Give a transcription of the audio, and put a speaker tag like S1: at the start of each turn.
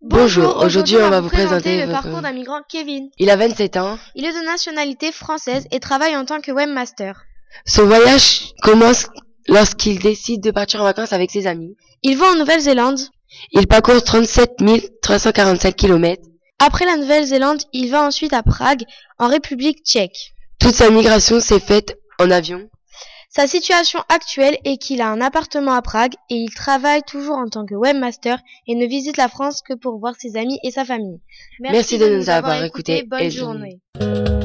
S1: Bonjour, aujourd'hui on va vous présenter
S2: le
S1: votre-
S2: parcours d'un migrant Kevin.
S1: Il a 27 ans.
S2: Il est de nationalité française et travaille en tant que webmaster.
S1: Son voyage commence lorsqu'il décide de partir en vacances avec ses amis.
S2: Il va en Nouvelle-Zélande.
S1: Il parcourt 37 347 km.
S2: Après la Nouvelle-Zélande, il va ensuite à Prague, en République tchèque.
S1: Toute sa migration s'est faite en avion.
S2: Sa situation actuelle est qu'il a un appartement à Prague et il travaille toujours en tant que webmaster et ne visite la France que pour voir ses amis et sa famille.
S1: Merci de nous avoir écoutés
S2: Bonne
S1: et
S2: journée.
S1: journée.